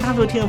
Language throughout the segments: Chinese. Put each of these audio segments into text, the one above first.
大陆听众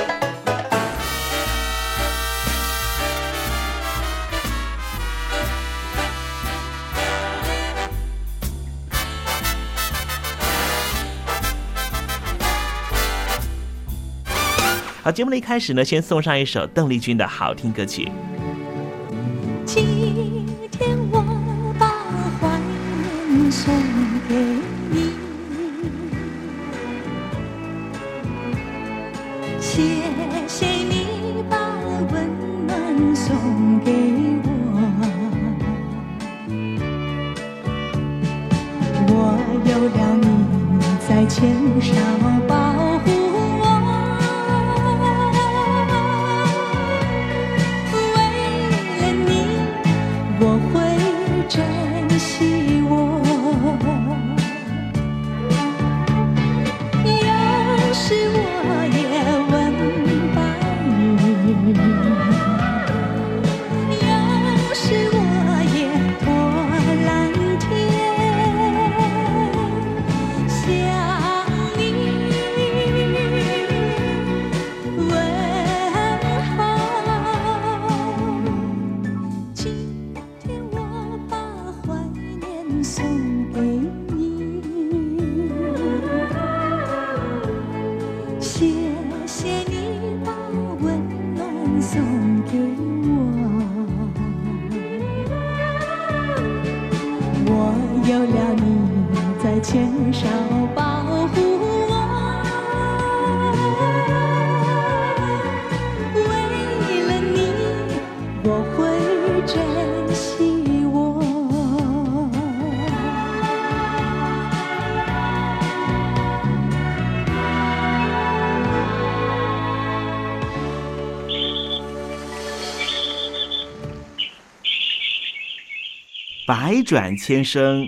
好，节目的一开始呢，先送上一首邓丽君的好听歌曲。今天我把怀念送给你，谢谢你把温暖送给我，我有了你在牵手保护我。为了你，我会珍惜我。有时我也问送给我。我有了你在牵手保护我，为了你我会珍惜我。百转千声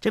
这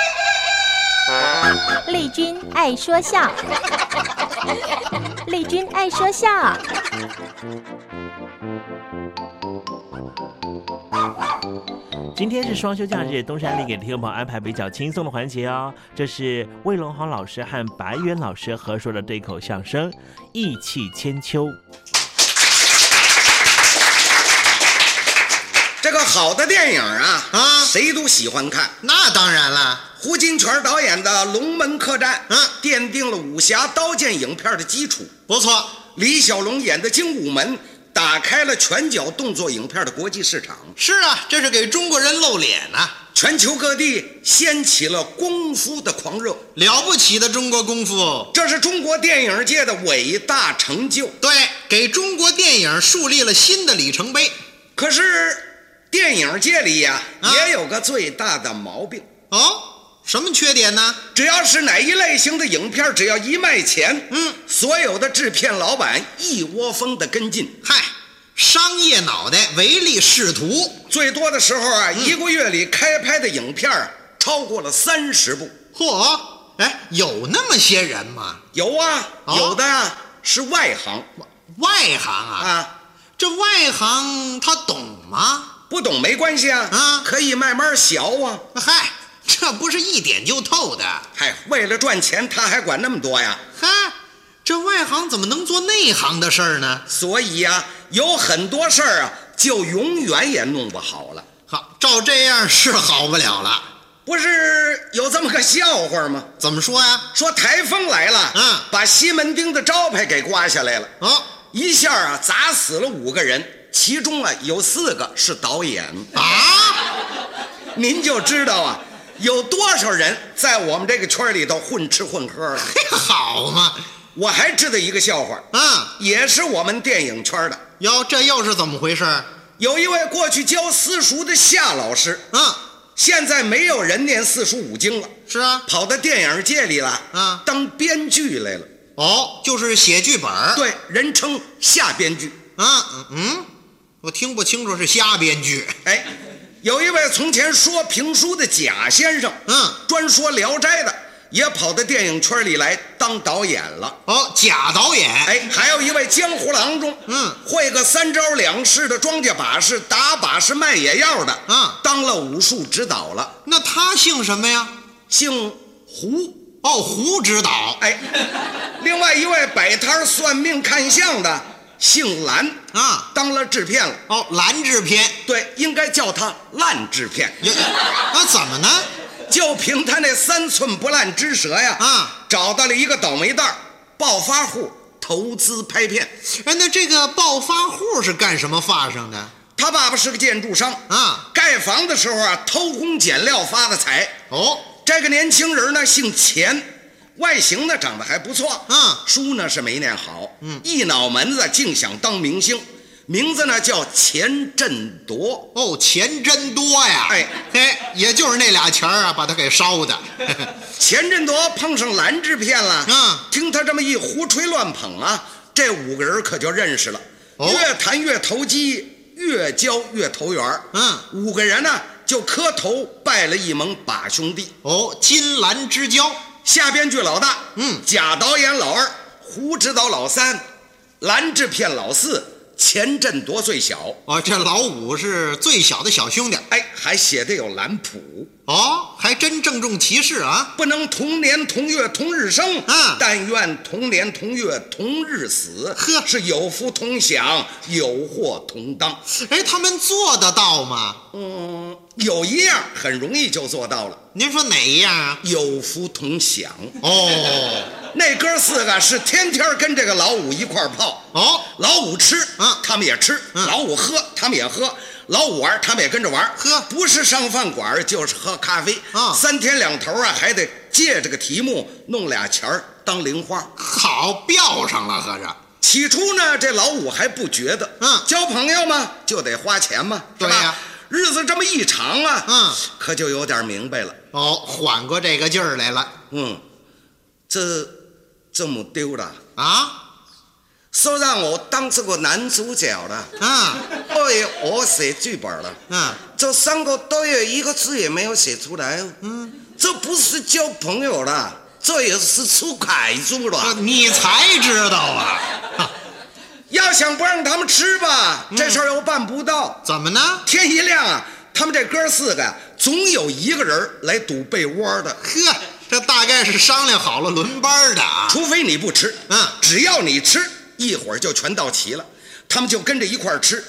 丽君爱说笑，丽君爱说笑。今天是双休假日，东山里给听众朋友安排比较轻松的环节哦。这是魏龙豪老师和白猿老师合说的对口相声《意气千秋》。这个好的电影啊啊，谁都喜欢看。那当然了，胡金铨导演的《龙门客栈》啊，奠定了武侠刀剑影片的基础。不错。李小龙演的《精武门》，打开了拳脚动作影片的国际市场，是啊，这是给中国人露脸呐、全球各地掀起了功夫的狂热。了不起的中国功夫。这是中国电影界的伟大成就。对，给中国电影树立了新的里程碑。可是，电影界里呀、啊也有个最大的毛病，哦，什么缺点呢？只要是哪一类型的影片，只要一卖钱，嗯，所有的制片老板一窝蜂的跟进。嗨，商业脑袋，唯利是图。最多的时候啊，嗯一个月里开拍的影片啊，超过了三十部。嚯，哎，有那么些人吗？有啊，哦有的啊是外行外行啊，啊，这外行他懂吗？不懂没关系啊，啊可以慢慢学啊。嗨，这不是一点就透的。嗨，为了赚钱，他还管那么多呀？嗨，这外行怎么能做内行的事儿呢？所以呀、有很多事儿啊，就永远也弄不好了。好，照这样是好不了了。不是有这么个笑话吗？怎么说呀？说台风来了，嗯把西门町的招牌给刮下来了，哦，一下啊砸死了五个人，其中啊有四个是导演。啊，您就知道啊，有多少人在我们这个圈里头混吃混喝了。嘿，好嘛，我还知道一个笑话，啊，也是我们电影圈的。哟，这又是怎么回事？有一位过去教私塾的夏老师，啊，现在没有人念四书五经了，是啊，跑到电影界里了，啊当编剧来了。哦，就是写剧本。，对，人称夏编剧。啊，嗯嗯，我听不清楚是瞎编剧。哎，有一位从前说评书的贾先生，嗯，专说《聊斋》的，也跑到电影圈里来当导演了。哦，假导演。哎，还有一位江湖郎中，嗯会个三招两式的庄稼把式，打把式卖野药的，嗯当了武术指导了，那他姓什么呀？姓胡。哦，胡指导。哎，另外一位摆摊算命看相的，姓蓝啊，当了制片了。哦，蓝制片，对，应该叫他烂制片。那怎么呢？就凭他那三寸不烂之舌呀，啊，找到了一个倒霉蛋儿，暴发户投资拍片。哎，那这个暴发户是干什么发上的？他爸爸是个建筑商啊，盖房的时候啊偷工减料发的财。哦，这个年轻人呢姓钱，外形呢长得还不错，嗯书呢是没念好，嗯一脑门子竟想当明星，名字呢叫钱振铎。哦，钱真多呀！哎嘿，也就是那俩钱儿啊，把他给烧的。钱振铎碰上蓝制片了，嗯听他这么一胡吹乱捧啊，这五个人可就认识了，哦越谈越投机，越交越投缘儿嗯，五个人呢就磕头拜了一盟把兄弟。哦，金兰之交，下编剧老大，嗯贾导演老二，胡指导老三，蓝制片老四，钱振铎最小。哦，这老五是最小的小兄弟。哎，还写的有蓝谱，哦，还真郑重其事啊！不能同年同月同日生，嗯但愿同年同月同日死。呵是有福同享，有祸同当。哎，他们做得到吗？嗯，有一样很容易就做到了，您说哪一样啊？有福同享。哦，那哥四个是天天跟这个老五一块儿泡。哦，老五吃，嗯他们也吃；嗯老五喝，他们也喝；老五玩，他们也跟着玩。呵不是上饭馆就是喝咖啡啊三天两头啊，还得借这个题目弄俩钱儿当零花。好，标上了，合着。起初呢，这老五还不觉得，嗯交朋友嘛就得花钱嘛，是对吧呀日子这么一长啊，嗯，可就有点明白了，哦，缓过这个劲儿来了嗯，这这么丢的，啊！说让我当这个男主角了，嗯我也我写剧本了。嗯，这三个多月一个字也没有写出来，嗯，这不是交朋友了，这也是出凯珠啊了。你才知道啊？哈要想不让他们吃吧，这事儿又办不到。怎么呢？天一亮啊，他们这哥四个总有一个人来堵被窝的，呵，这大概是商量好了轮班的啊。除非你不吃，嗯只要你吃，一会儿就全到齐了，他们就跟着一块儿吃。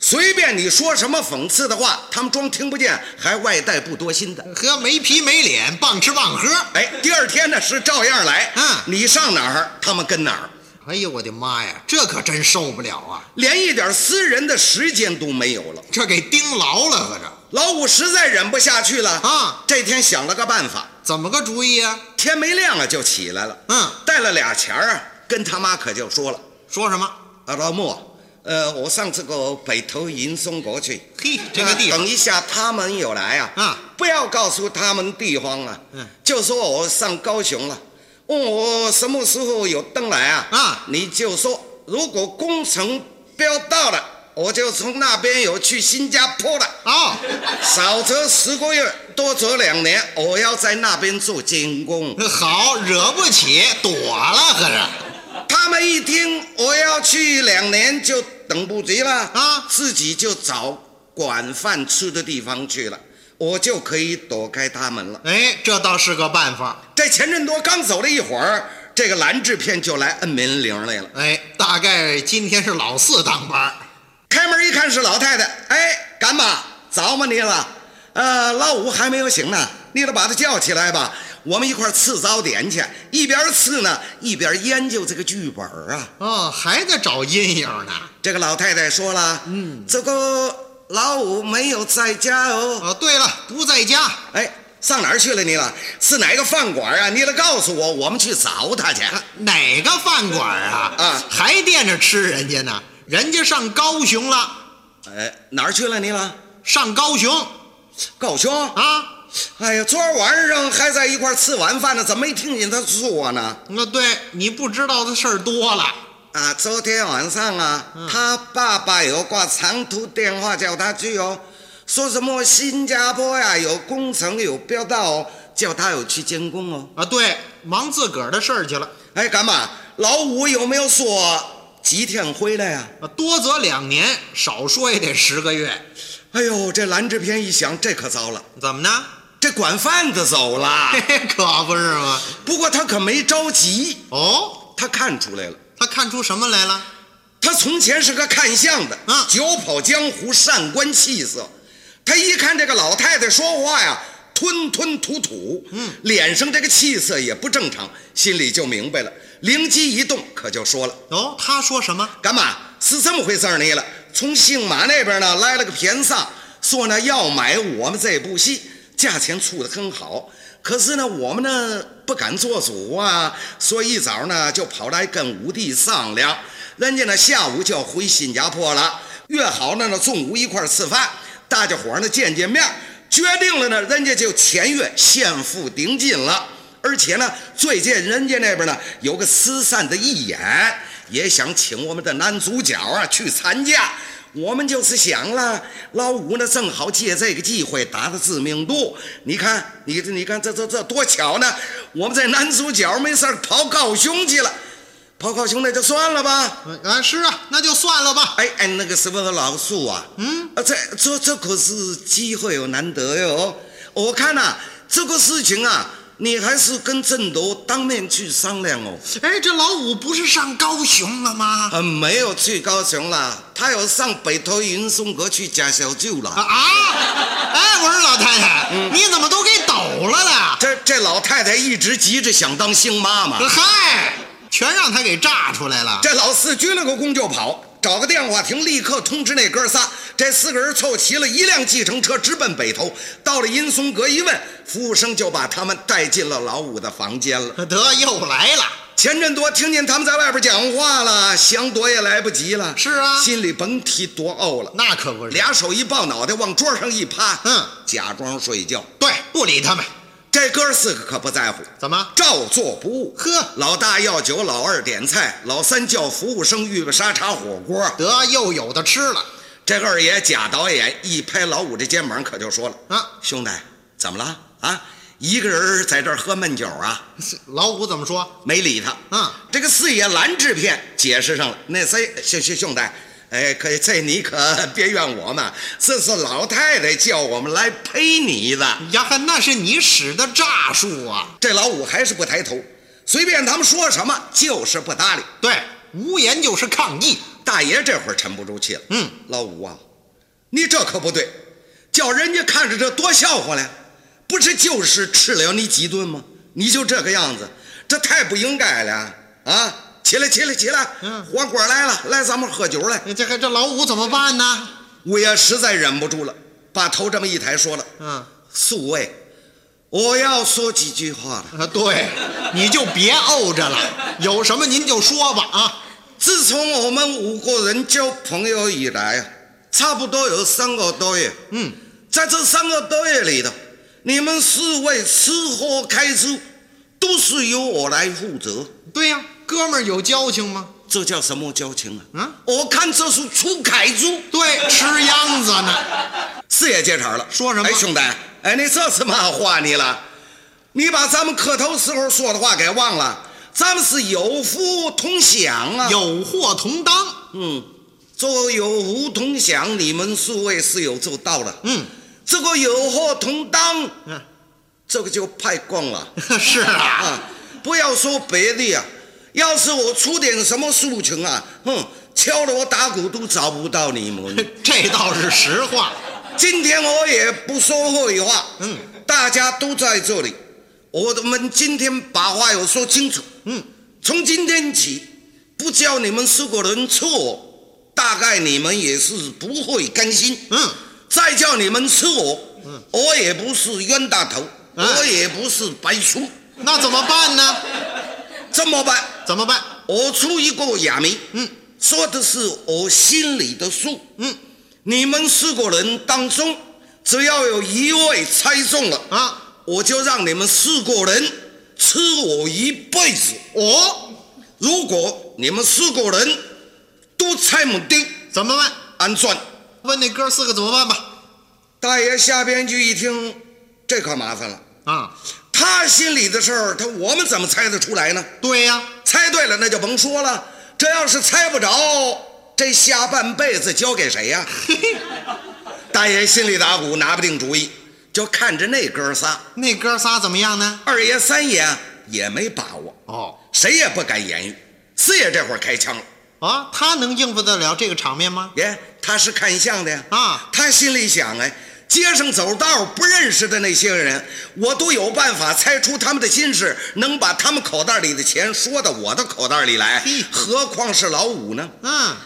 随便你说什么讽刺的话，他们装听不见，还外带不多心的。呵，没皮没脸，棒吃棒喝。哎，第二天呢是照样来，嗯你上哪儿，他们跟哪儿，哎呦，我的妈呀，这可真受不了啊！连一点私人的时间都没有了。这给盯牢了，合着老五实在忍不下去了啊！这天想了个办法，怎么个主意呀、天没亮啊就起来了，嗯，带了俩钱儿啊，跟他妈可就说了，说什么？啊老穆啊，呃，我上这个北头银松国去，嘿，这个地啊方等一下他们有来啊，啊，不要告诉他们地方了，嗯，就说我上高雄了，问我什么时候有灯来啊，啊你就说如果工程标到了，我就从那边有去新加坡了，哦，少则十个月，多则两年，我要在那边做监工。好，惹不起，躲了，合着他们一听我要去两年，就等不及了啊自己就找管饭吃的地方去了，我就可以躲开他们了。哎，这倒是个办法。这钱振铎刚走了一会儿，这个蓝制片就来摁门铃来了。哎，大概今天是老四当班儿开门一看是老太太，哎，干妈，早吗你了？呃，老五还没有醒呢，你得把他叫起来吧，我们一块儿吃早点去。一边吃呢，一边研究这个剧本啊。哦，还在找阴影呢。这个老太太说了，嗯，这个老五没有在家哦。哦，对了，不在家。哎，上哪儿去了你了？是哪个饭馆啊？你得告诉我，我们去找他去。哪个饭馆啊？啊还惦着吃人家呢？人家上高雄了，哎，哪儿去了你了？上高雄高兄，啊？哎呀，昨儿晚上还在一块儿吃晚饭呢，怎么没听见他说呢？那对你不知道的事儿多了。啊，昨天晚上啊，嗯他爸爸有挂长途电话叫他去哦，说什么新加坡呀、有工程有标到哦，叫他有去监工哦。啊，对，忙自个儿的事儿去了。哎，干妈，老五有没有说几天回来呀、啊多则两年，少说也得十个月。哎呦，这蓝志片一想，这可糟了，怎么呢？这管贩子走了嘿。嘿，可不是吗？不过他可没着急，哦，他看出来了，他看出什么来了？他从前是个看相的，啊，久跑江湖，善观气色。他一看这个老太太说话呀，吞吞吐吐，嗯，脸上这个气色也不正常，心里就明白了。灵机一动，可就说了：“哦，他说什么？干嘛？是这么回事儿呢了。从姓马那边呢来了个偏上，说呢要买我们这部戏，价钱出的很好。可是呢，我们呢不敢做主啊，所以一早呢就跑来跟吴弟商量。人家呢下午就要回新加坡了，约好了呢中午一块儿吃饭，大家伙儿呢见见面。决定了呢，人家就签约先付定金了。”而且呢，最近人家那边呢有个慈善的义演，也想请我们的男主角啊去参加。我们就是想了，老五呢正好借这个机会打打知名度。你看，你你看这这这多巧呢！我们这男主角没事儿跑高雄去了，跑高雄那就算了吧。啊，是啊，那就算了吧。哎哎，那个什么老树啊，嗯，啊这这这可是机会有难得哟。我看呐、啊，这个事情啊。你还是跟振斗当面去商量哦。哎，这老五不是上高雄了吗？啊，没有去高雄了，他有上北头云松阁去加小舅了。啊！哎，我说老太太，嗯、你怎么都给抖了了？这这老太太一直急着想当星妈妈。嗨，全让他给炸出来了。这老四鞠了个躬就跑，找个电话亭立刻通知那哥仨。这四个人凑齐了一辆计程车，直奔北头。到了银松阁一问，服务生就把他们带进了老五的房间了。得，又来了。钱振铎听见他们在外边讲话了，想躲也来不及了。是啊，心里甭提多怄了。那可不是，俩手一抱脑袋，往桌上一趴，嗯，假装睡觉。对，不理他们。这哥四个可不在乎，怎么照做不误？呵，老大要酒，老二点菜，老三叫服务生预备沙茶火锅。得，又有的吃了。这二爷贾导演一拍老五这肩膀，可就说了：“啊，兄弟，怎么了啊？一个人在这儿喝闷酒啊？”老五怎么说？没理他。嗯，这个四爷蓝制片解释上了：“那谁，兄兄兄弟，哎，可这你可别怨我们，这是老太太叫我们来陪你的。呀呵，那是你使的诈术啊！”这老五还是不抬头，随便他们说什么就是不搭理。对，无言就是抗议。大爷这会儿沉不住气了。嗯，老五啊，你这可不对，叫人家看着这多笑话嘞，不是就是吃了你几顿吗？你就这个样子，这太不应该了啊！起来，起来，起来！嗯，火锅来了，来咱们喝酒来。这个这老五怎么办呢？我也实在忍不住了，把头这么一抬，说了：“嗯，素位，我要说几句话了。”啊，对，你就别怄着了，有什么您就说吧啊。自从我们五个人交朋友以来啊，差不多有三个多月。嗯，在这三个多月里头，你们四位吃喝开支都是由我来负责。对呀、啊，哥们儿有交情吗？这叫什么交情啊？嗯，我看这是出凯珠，对，吃秧子呢。四爷接茬了，说什么？哎，兄弟，哎，你这是嘛话你了？你把咱们磕头时候说的话给忘了。咱们是有福同享啊，有祸同当。嗯，做有福同享，你们四位是有做到的。嗯，这个有祸同当，嗯，这个就派光了。是啊，啊，不要说别的呀、啊，要是我出点什么诉求啊，哼，敲锣打鼓都找不到你们。这倒是实话。今天我也不说废话，嗯，大家都在这里。我们今天把话要说清楚。嗯，从今天起，不叫你们四个人错，大概你们也是不会甘心。嗯，再叫你们吃我，嗯，我也不是冤大头，嗯、我也不是白痴。那怎么办呢？怎么办？怎么办？我出一个哑谜。嗯，说的是我心里的数。嗯，你们四个人当中，只要有一位猜中了啊。我就让你们四个人吃我一辈子哦！如果你们四个人都猜不对，怎么办？俺算。问那哥四个怎么办吧？大爷下编剧一听，这可麻烦了啊！他心里的事儿，他我们怎么猜得出来呢？对呀、啊，猜对了那就甭说了。这要是猜不着，这下半辈子交给谁呀、啊？大爷心里打鼓，拿不定主意。就看着那哥仨，那哥仨怎么样呢？二爷、三爷也没把握哦，谁也不敢言语。四爷这会儿开枪了，啊，他能应付得了这个场面吗？耶，他是看相的呀。啊，他心里想哎，街上走道不认识的那些个人，我都有办法猜出他们的心事，能把他们口袋里的钱说到我的口袋里来，何况是老五呢？嗯，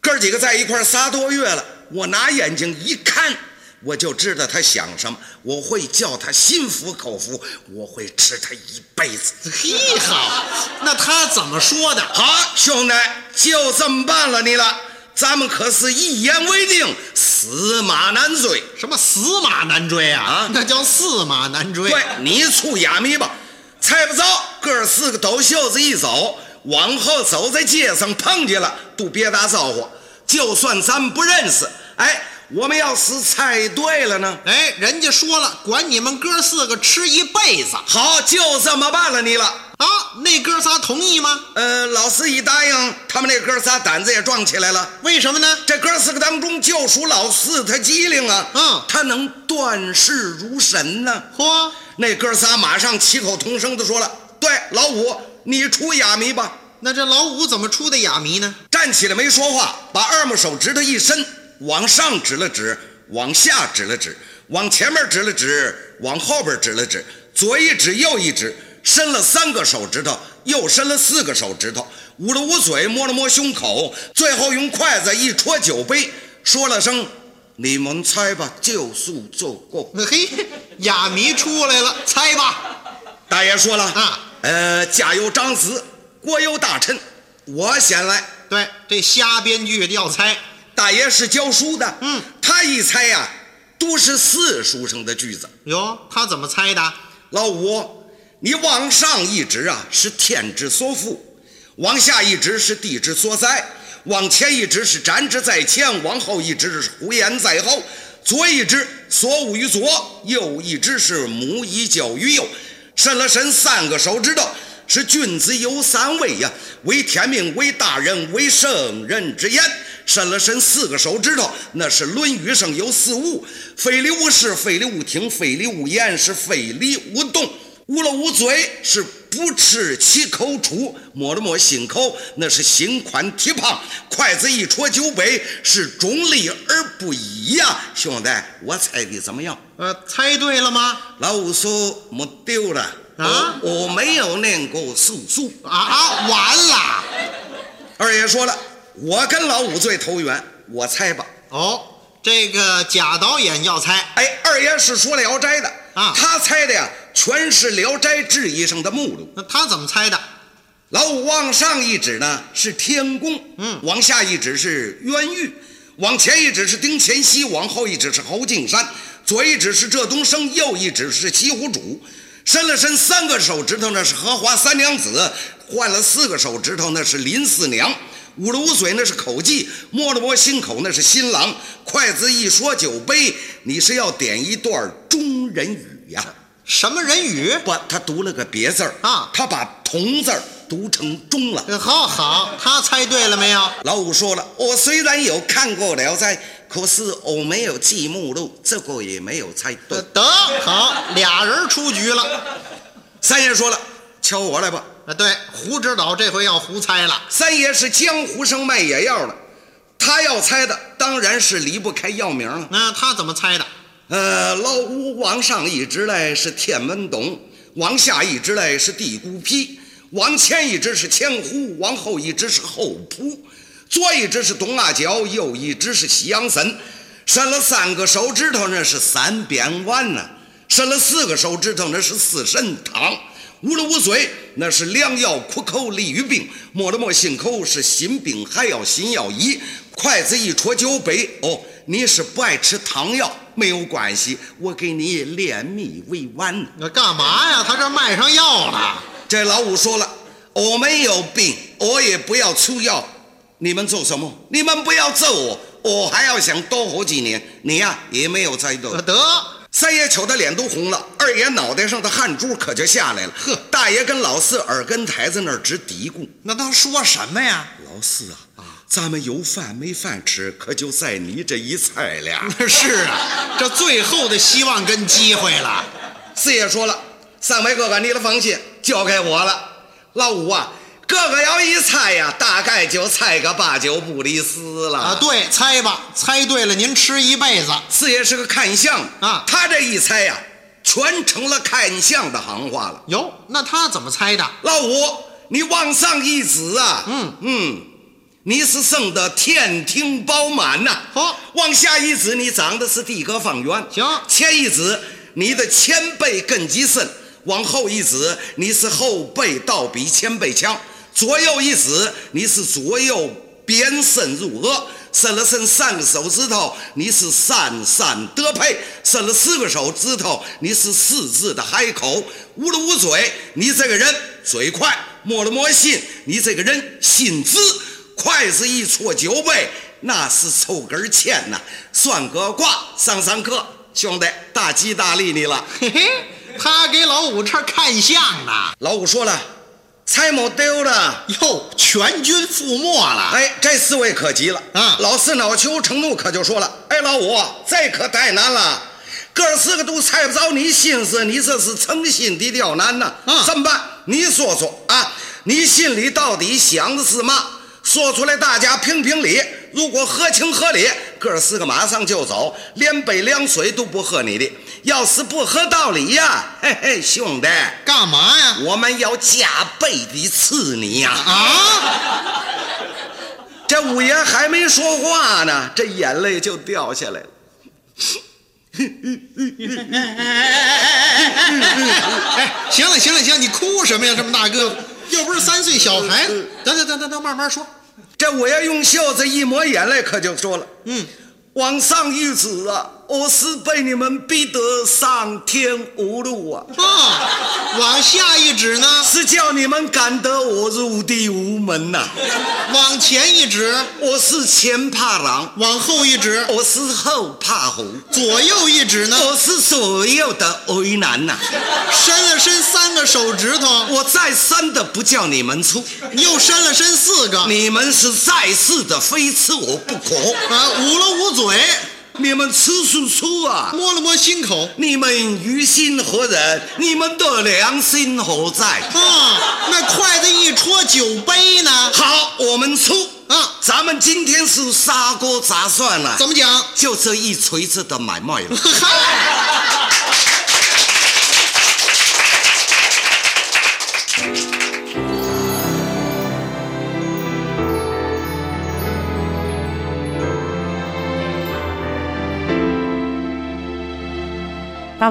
哥几个在一块儿仨多月了，我拿眼睛一看，我就知道他想什么，我会叫他心服口服，我会吃他一辈子。嘿好，那他怎么说的？好，兄弟，就这么办了你了。咱们可是一言为定，死马难追。什么死马难追啊？啊那叫驷马难追。对，你醋哑咪吧，猜不着。哥四个抖袖子一走，往后走在街上碰见了，都别打招呼。就算咱们不认识，哎，我们要是猜对了呢？哎，人家说了，管你们哥四个吃一辈子好，就这么办了你了。啊！那哥仨同意吗？呃，老四一答应，他们那哥仨胆子也壮起来了。为什么呢？这哥四个当中，就属老四他机灵啊，嗯他能断事如神呢、嚯，那哥仨马上齐口同声的说了：“对，老五，你出哑谜吧。那这老五怎么出的哑谜呢？”站起来没说话，把二木手指头一伸，往上指了指，往下指了指，往前面指了指，往后边指了指，左一指右一指，伸了三个手指头，又伸了四个手指头，捂了捂嘴，摸了摸胸口，最后用筷子一戳酒杯，说了声：“你们猜吧，就数就够。”那嘿，哑谜出来了，猜吧。大爷说了啊，呃，家有长子，国有大臣，我先来。对，这瞎编剧的要猜。大爷是教书的，嗯，他一猜呀、都是四书上的句子。哟，他怎么猜的？老五，你往上一直啊是天之所赋，往下一直是地之所在，往前一直是展之在前，往后一直是胡言在后，左一直所恶于左，右一直是母以教于右，伸了伸三个手指头。是君子有三威呀、为天命，为大人，为圣人之言。伸了伸四个手指头，那是《论语》上有四物：非礼勿视，非礼勿听，非礼勿言，是非礼勿动。捂了捂嘴是不吃其口楚，摸了摸心口，那是心宽体胖。筷子一戳酒杯，是中立而不一呀、兄弟，我猜的怎么样？呃，猜对了吗？老五说没丢了啊我我没有念过素书。啊啊，完了！二爷说了，我跟老五最投缘，我猜吧。哦，这个贾导演要猜。哎，二爷是说《聊斋》的啊他猜的呀，全是《聊斋志异》上的目录。那他怎么猜的？老五往上一指呢是天宫，嗯往下一指是冤狱，往前一指是丁乾熙，往后一指是侯敬山，左一指是浙东升，右一指是西湖主。伸了伸三个手指头，那是荷花三娘子；换了四个手指头，那是林四娘；捂了捂嘴，那是口技；摸了摸心口，那是新郎；筷子一说酒杯，你是要点一段中人语呀、什么人语？不，他读了个别字儿啊他把同字儿读成中了。呃好好，他猜对了没有？老五说了，我虽然有看过《聊斋》，可是我没有记目录，这个也没有猜对呃。得好，俩人出局了。三爷说了，敲我来吧。啊，对，胡指导这回要胡猜了。三爷是江湖上卖野药的，他要猜的当然是离不开药名了。那他怎么猜的？呃，老五往上一直来是天门洞，往下一直来是地骨皮，往前一直是前湖，往后一直是后浦，左一直是东阿角，右一直是西洋参，伸了三个手指头那是三边丸呢、伸了四个手指头那是四神汤，捂了捂嘴那是良药苦口利于病，摸了摸心口是心病还要心药医，筷子一戳酒杯哦。你是不爱吃糖药，没有关系，我给你炼蜜为丸。那干嘛呀？他这卖上药了。这老五说了，我没有病，我也不要吃药，你们做什么？你们不要揍我，我还要想多活几年。你呀、也没有猜对。呃得，三爷瞅的脸都红了，二爷脑袋上的汗珠可就下来了。呵，大爷跟老四耳根台子那儿直嘀咕那他说什么呀？：“老四啊，咱们有饭没饭吃，可就在你这一菜俩。”是啊，这最后的希望跟机会了。四爷说了，三位哥哥，你的放心交给我了。老五啊，哥哥要一猜呀，大概就猜个八九不离十了啊！对，猜吧，猜对了您吃一辈子。四爷是个看相啊，他这一猜呀，全成了看相的行话了。哟，那他怎么猜的？老五，你往上一指啊，嗯嗯，你是生的天庭饱满呐、哦，往下一指，你长的是地阁方圆。行前一指，你的前辈根基深；往后一指，你是后背倒比前辈强；左右一指，你是左右边伸入额。伸了伸三个手指头，你是三三得配；伸了四个手指头，你是四字的海口。捂了捂嘴，你这个人嘴快；摸了摸心，你这个人心直。筷子一戳九背，那是抽根签呐、算个卦，上上课，兄弟，大吉大利你了。嘿嘿，他给老五这儿看相呢。老五说了，蔡某丢了，哟，全军覆没了。哎，这思维可急了啊老四恼羞成怒，可就说了，哎，老五，这可太难了，哥四个都猜不着你心思，你这是诚心的刁难呐、啊怎么办？你说说啊，你心里到底想的是嘛？说出来，大家评评理。如果合情合理，哥四个马上就走，连杯凉水都不喝你的。要是不合道理呀、嘿嘿，兄弟，干嘛呀？我们要加倍的刺你呀、啊，这五爷还没说话呢，这眼泪就掉下来了。哎，行了行了行，你哭什么呀？这么大个子，又不是三岁小呃孩。等等等等等，慢慢说。这五爷用袖子一抹眼泪，可就说了嗯，：“往上一指啊，我是被你们逼得上天无路啊，啊，往下一指呢，是叫你们赶得我入地无门呐、往前一指，我是前怕狼，往后一指，我是后怕虎，左右一指呢，我是左右的为难呐、伸了伸三个手指头，我再三的不叫你们出，又伸了伸四个，你们是再次的非吃我不可。”啊，捂了捂嘴，你们吃素出啊？摸了摸心口，你们于心何忍？你们的良心何在？啊，那筷子一戳酒杯呢，好，我们出啊咱们今天是砂锅砸蒜了、怎么讲？就这一锤子的买卖 了。嗨，大